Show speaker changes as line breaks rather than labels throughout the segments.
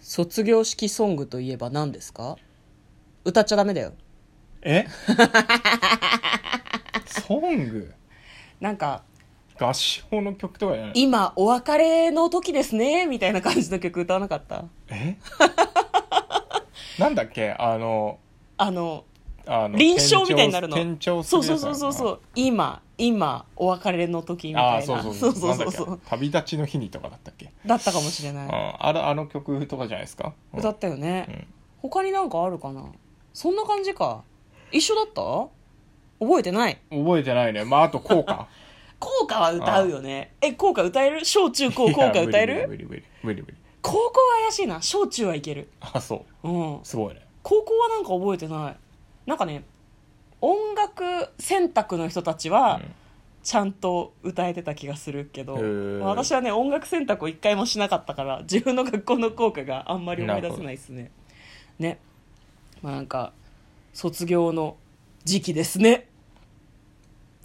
卒業式ソングといえば何ですか歌っちゃダメだよ
えソング
なんか
合唱の曲とかじゃない
今お別れの時ですねみたいな感じの曲歌わなかった
えなんだっけあの
あの
あの
臨床みたいになるの
転調す
そ
る
うそうそうそうそう今今お別れの時み
あ
た
あ
い
そう
な
そう
そうそう
な
そ
ん
う
だ
そ
っ
う
け旅立ちの日にとかだったっけ、
だったかもしれ
う
ない
ん、あのあの曲とかじゃないですか、うん
歌ったよね、
うん
他になんかあるかなそんな感じか一緒だった覚えてない
覚えてないねまああと効果
効果は歌うよねえ効果歌える小中高効果歌える
無理無理無理無理無理無理
高校は怪しいな小中はいける
あそう
うん
すごいね
高校はなんか覚えてないなんかね音楽選択の人たちは
うん
ちゃんと歌えてた気がするけど、
へー
私はね音楽選択を一回もしなかったから自分の学校の効果があんまり思い出せないですねねまあなんか卒業の時期ですね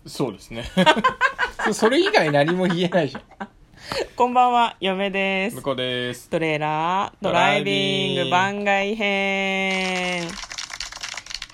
そうですね そそれ以外何も言えないじゃん
こんばんは嫁です
向こうです
トレーラードライビング番外編。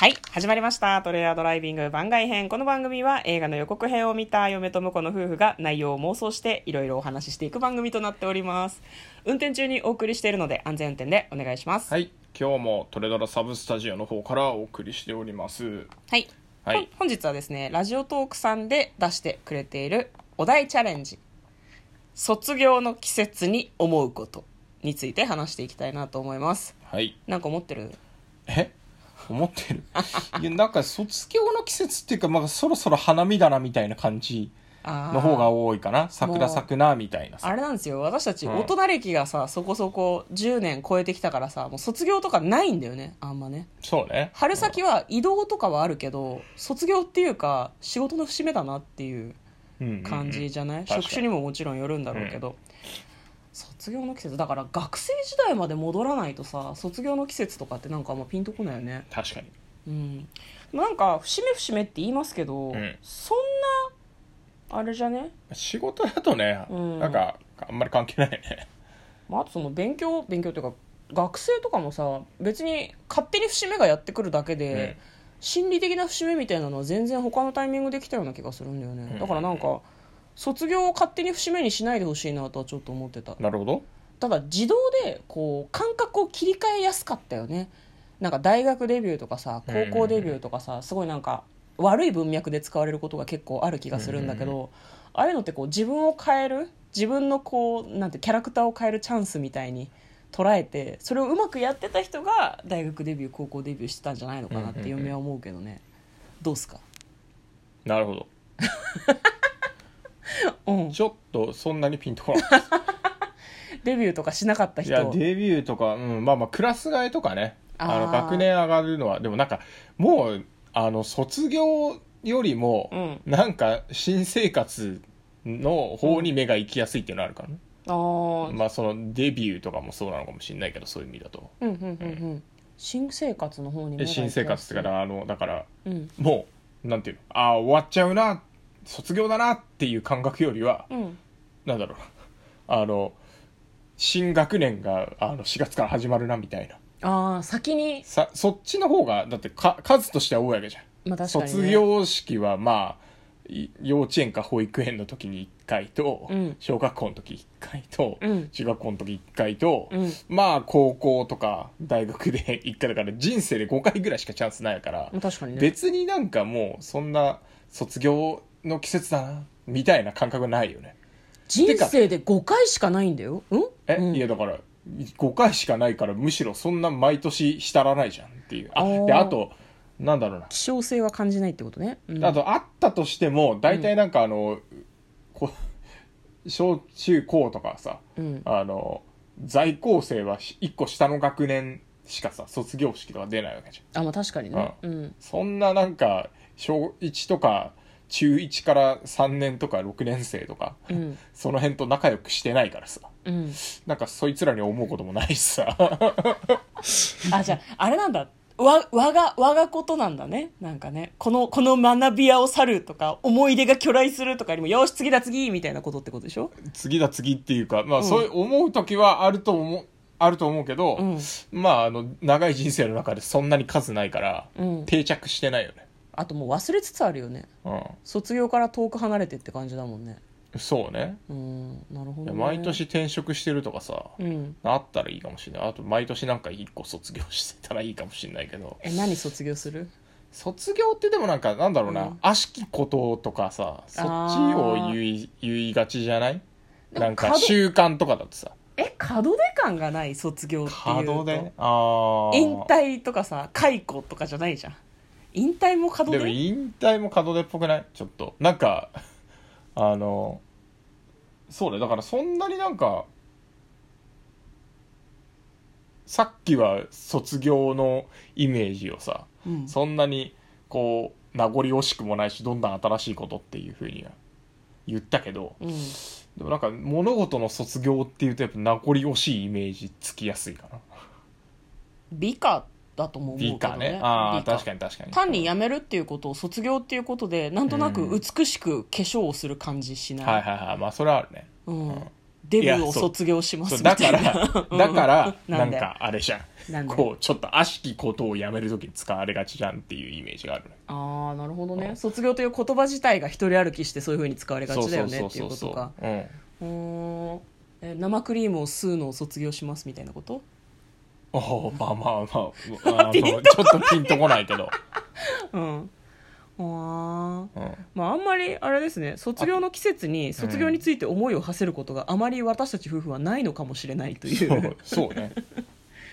はい、始まりました。トレーラードライビング番外編。この番組は映画の予告編を見た嫁と婿の夫婦が内容を妄想していろいろお話ししていく番組となっております。運転中にお送りしているので安全運転でお願いします。。
はいい今日もトレドラサブスタジオの方からお送りしております
はい
はい
ほん本日はですね、ラジオトークさんで出してくれているお題チャレンジ。卒業の季節に思うことについて話していきたいなと思います。
はい
なんか思ってる
え思ってる いやなんか卒業の季節っていうか、まあ、そろそろ花見だなみたいな感じの
の
方が多いかな桜咲くなみたいな
あ
さ
れなんですよ私たち
うん
大人歴がさ、そこそこ10年超えてきたからさもう卒業とかないんだよねあんまね
そうね
春先は移動とかはあるけど卒業っていうか仕事の節目だなっていう感じじゃない、
確かに
職種にももちろんよるんだろうけど、卒業の季節だから学生時代まで戻らないとさ卒業の季節とかってなんかあんまピンとこないよね
確かに
うんなんか節目節目って言いますけど、
うん
そんなあれじゃね
仕事だとね、
うん
なんかあんまり関係ないね
まあ、あとその勉強勉強というか学生とかもさ別に勝手に節目がやってくるだけで、心理的な節目みたいなのは全然他のタイミングできたような気がするんだよね、
うん
だからなんか卒業を勝手に節目にしないでほしいなとはちょっと思ってた
なるほど
ただ自動でこう感覚を切り替えやすかったよねなんか大学デビューとかさ高校デビューとかさ、すごいなんか悪い文脈で使われることが結構ある気がするんだけど、ああいうのってこう自分を変える自分のこうなんてキャラクターを変えるチャンスみたいに捉えてそれをうまくやってた人が大学デビュー高校デビューしてたんじゃないのかなって嫁は思うけどね、どうすか
なるほど
うん
ちょっとそんなにピンとこなかっ
デビューとかしなかった
たい
人
やデビューとか、うん、まあまあクラス替えとかねあの
あー
学年上がるのはでもなんかもうあの卒業よりも、
うん
なんか新生活の方に目が行きやすいっていうのはあるからね、
あー
まあそのデビューとかもそうなのかもしれないけどそういう意味だと
うんうんうんうん新生活の方に目
で
が行き
新
やすい
生活ってからあのだから
うん
もうなんていうのああ終わっちゃうな卒業だなっていう感覚よりは
うん
なんだろうあの新学年があの4月から始まるなみたいな
ああ先に、
さそっちの方がだってか数としては多いわけじゃん、
まあ、確かに、ね、
卒業式はまあい幼稚園か保育園の時に1回と、
うん
小学校の時1回と、
うん
中学校の時1回と、
うん
まあ高校とか大学で1回だから人生で5回ぐらいしかチャンスないから、
まあ確かにね
別になんかもうそんな卒業の季節だなみたいな感覚はないよね
人生で5回しかないんだようん
え、
うん、
いやだから5回しかないからむしろそんな毎年したらないじゃんっていうあ
あー
であとなんだろうな
希少性は感じないってことね、うん、
あとあったとしても大体なんかあの、こう小中高とかさ
うん
あの在校生は1個下の学年しかさ卒業式とか出ないわけじゃん
あまあ確かにねうん
そんななんか小1とか中1から3年とか6年生とか、
うん
その辺と仲良くしてないからさ
うん
なんかそいつらに思うこともないしさ
あじゃああれなんだわ我が我がことなんだねなんかねこのこの学び屋を去るとか思い出が巨来するとかよりもよし次だ次みたいなことってことでしょ
次だ次っていうかまあ
うん
そう思う時はあると思あると思うけど、
うん
まああの長い人生の中でそんなに数ないから、
うん
定着してないよね
あともう忘れつつあるよね
う
卒業から遠く離れてって感じだもんね
んそうね
うんなるほど、ね、
毎年転職してるとかさ、
うん
あったらいいかもしれないあと毎年なんか一個卒業してたらいいかもしれないけど
え何卒業する
卒業ってでもなんかなんだろうな、
うん
悪しきこととかさそっちを言い言いがちじゃない
でも
なんか
角
習慣とかだってさ
え門出感がない卒業っていうと
角でああ
引退とかさ解雇とかじゃないじゃん引退も門
でも
出
引退も門出っぽくないちょっとなんか あのそうねだからそんなになんかさっきは卒業のイメージをさ
うん
そんなにこう名残惜しくもないしどんどん新しいことっていうふうには言ったけど
うん
でもなんか物事の卒業っていうとやっぱ名残惜しいイメージつきやすいかな
美化だとも思うけど
理
ね
科ねああ確か
に
に確かに
単にやめるっていうことを卒業っていうことでなんとなく美しく化粧をする感じしない、
はいはいはいまあそれはあるね
うん
うん
デビュ
い
ー
や
を
そう
卒業しま
そう
すみ
だ
た
か
いな
らだから
うん
な
なん
ん
で
かあれじゃん
なんで
こうちょっと悪しきことをやめるときに使われがちじゃんっていうイメージがあるね
ああなるほどね卒業という言葉自体が一人歩きしてそういうふうに使われがちだよねっていうことか
う、うん、
うーんえ生クリームを吸うのを卒業しますみたいなこと
おおまあまあ まああのちょっとピンとこないけど、
うんああ
うん、
まああんまりあれですね卒業の季節に卒業について思いを馳せることがあまり私たち夫婦はないのかもしれないとい
そううそうね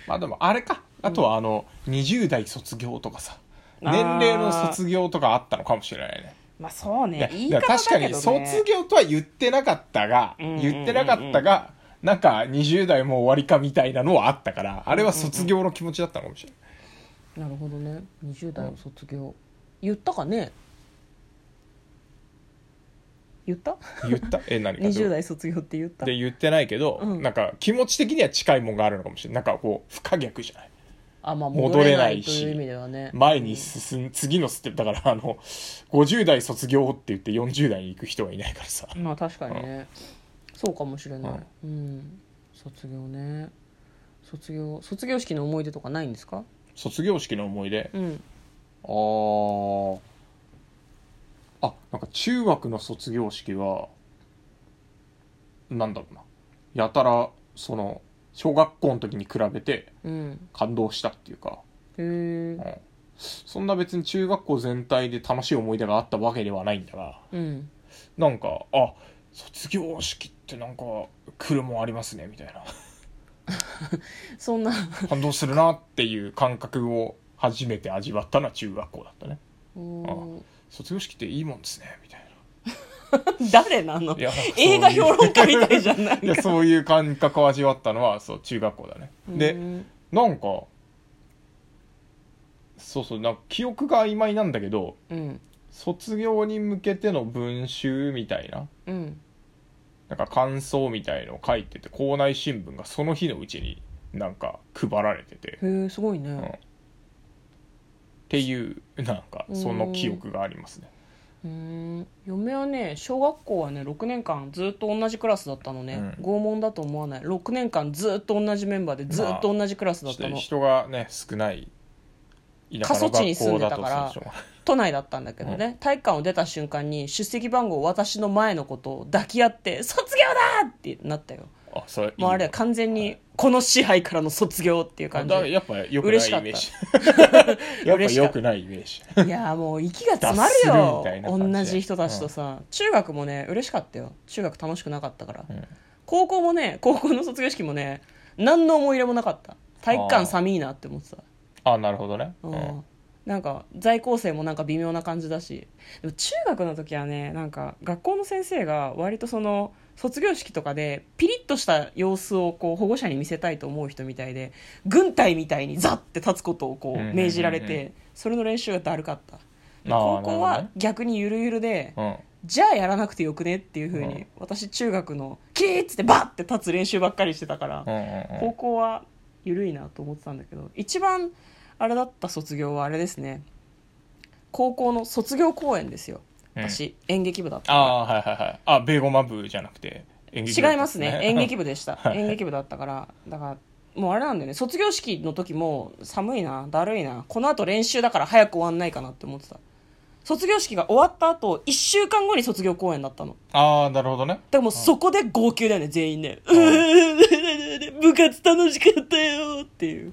まあでもあれかあとはあの、20代卒業とかさ
あー
年齢の卒業とかあったのかもしれないね
まあそう
いや
ね
だから確かに卒業とは言ってなかったが、
うんうんうんうん
言ってなかったがなんか20代もう終わりかみたいなのはあったからあれは卒業の気持ちだったのかもしれな
な
い、
るほどね20代の卒業、言ったかね言った
言 ったえ何か
20代卒業って言った
で言ってないけど、
うん
なんか気持ち的には近いもんがあるのかもしれないなんかこう不可逆じゃない
あ、まあ、
戻
戻
れ
れ
な
ないい
し
という意味ではね
前に進む次のステップだからあの50代卒業って言って40代に行く人はいないからさ
まあ確かにね、そうかもしれない、うん卒業ね卒業卒業式の思い出とかないんですか
卒業式の思い出
うん
あーあなんか中学の卒業式はなんだろうなやたらその小学校の時に比べて
うん
感動したっていうか、
へ
う
え
ん、そんな別に中学校全体で楽しい思い出があったわけではないんだが
うん
なんかあ卒業式ってなんか来るもんありますねみたいな
そんな
感動するなっていう感覚を初めて味わったのは中学校だったね
うーん
卒業式っていいもんですねみたいな
誰なの
いや
映画評論家みたいじゃんない
いやそういう感覚を味わったのはそう中学校だね
う
で
ん
なんかそうそうなんか記憶が曖昧なんだけど
うん
卒業に向けての文集みたいな
うん
なんか感想みたいのを書いてて校内新聞がその日のうちになんか配られてて
へえすごいね、
うんっていうなんかその記憶がありますね
うーん嫁はね小学校はね6年間ずっと同じクラスだったのね、
うん
拷問だと思わない6年間ずっと同じメンバーでずっと同じクラスだ
そ
っ
したて
の
人がね少ない田舎の
過疎地に住
学校
んで
だ
た
と
から
そうでしょ
都内だったんだけどね、体育館を出た瞬間に出席番号を私の前のことを抱き合って「卒業だ!」ってなったよ
あそれいい
もうあれは完全にこの支配からの卒業っていう感じ
だからやっぱ良くないイメ
嬉しかった
ージ やっぱ良くないイメージ
いやーもう息が詰まる
脱する
よ
みたいな感じで
同じ人たちとさ、中学もね嬉しかったよ中学楽しくなかったから、
ん
高校もね高校の卒業式もね何の思い入れもなかった体育
あー
館寒いなって思ってた、
あなるほどね、
う
うんん
なんか在校生もなんか微妙な感じだしでも中学の時はねなんか学校の先生が割とその卒業式とかでピリッとした様子をこう保護者に見せたいと思う人みたいで軍隊みたいにザッて立つことをこ
うんうんうんう
うん命じられてそれの練習がだるかった
あ
高校
ーなるほど
は
ね
逆にゆるゆるで、
うん
じゃあやらなくてよくねっていうふう
う
に
ん
私中学のキリッつってバッて立つ練習ばっかりしてたから、
うんうんう
高校は緩いなと思ってたんだけど一番あれだった卒業はあれですね高校の卒業公演ですよ
んうん
私、演劇部だった
あ
か
あはいはいはいあベーゴマブじゃなくて
ら
演劇部だっ
違い
たん
ますね演劇
部
部でした
はい
演劇部だったからだからもうあれなんだよね卒業式の時も寒いなだるいなこのあと練習だから早く終わんないかなって思ってた卒業式が終わった後1週間後に卒業公演だったの
ああなるほどね
でもうそこで号泣だよね全員で、
ん
ね、 部活楽しかったよっていう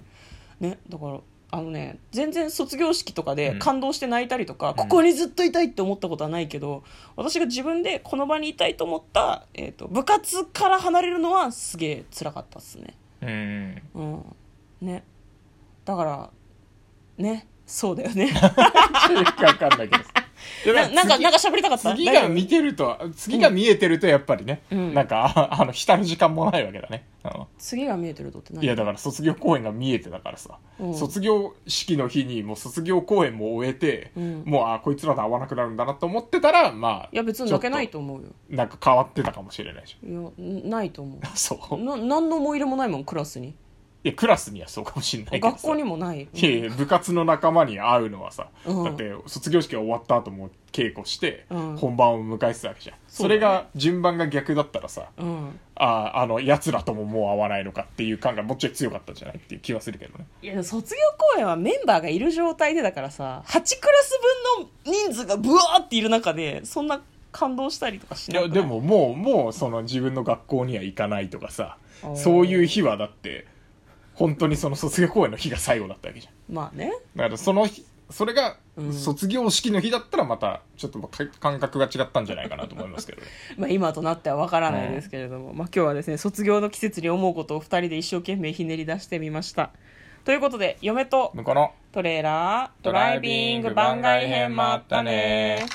ねだからあのね全然卒業式とかで
うん
感動して泣いたりとか、ここにずっといたいって思ったことはないけど私が自分でこの場にいたいと思った、えー、と部活から離れるのはすげえ辛かったっすね
うん
うんねだからねそうだよ ね
よくわかんないけどで
ななんか
次
なんか喋りたかった
次
大丈
が
夫
見てると次が見えてるとやっぱりね、
うん
なんか ああの浸る時間もないわけだね、うん
次が見えてるとって何
いやだから卒業公演が見えてたからさ、
うん
卒業式の日にもう卒業公演も終えて、
うん
もうあこいつらと会わなくなるんだなと思ってたらまあ
いや別に泣けない
ちょ
と思うよ
っとなんか変わってたかもしれ ないじ
いやんないと思う
ゃんそう
な何の思い入れもないもんクラスに
いやクラスにはそうかもしれないけど
学校にもない
いやいや部活の仲間に会うのはさ、
うん
だって卒業式が終わった後も稽古して
うん
本番を迎えてたわけじゃん、
そ
そう
だね
れが順番が逆だったらさ
うん
ああのやつらとももう会わないのかっていう感がもうちょい強かったんじゃないっていう気はするけどね
いや卒業公演はメンバーがいる状態でだからさ8クラス分の人数がブワーっている中でそんな感動したりとかし
い
なくな
や
い
でももうもうその自分の学校には行かないとかさ
あー
そういう日はだって本当にその卒業公演の日が最後だったわけじゃん
まあね
だからその日それが
うん
卒業式の日だったらまたちょっとか感覚が違ったんじゃないかなと思いますけどね
まあ、今となってはわからないですけれども、まあ、今日はですね卒業の季節に思うことを2人で一生懸命ひねり出してみましたということで嫁と
向こうの
トレーラードライビング番外編もあったね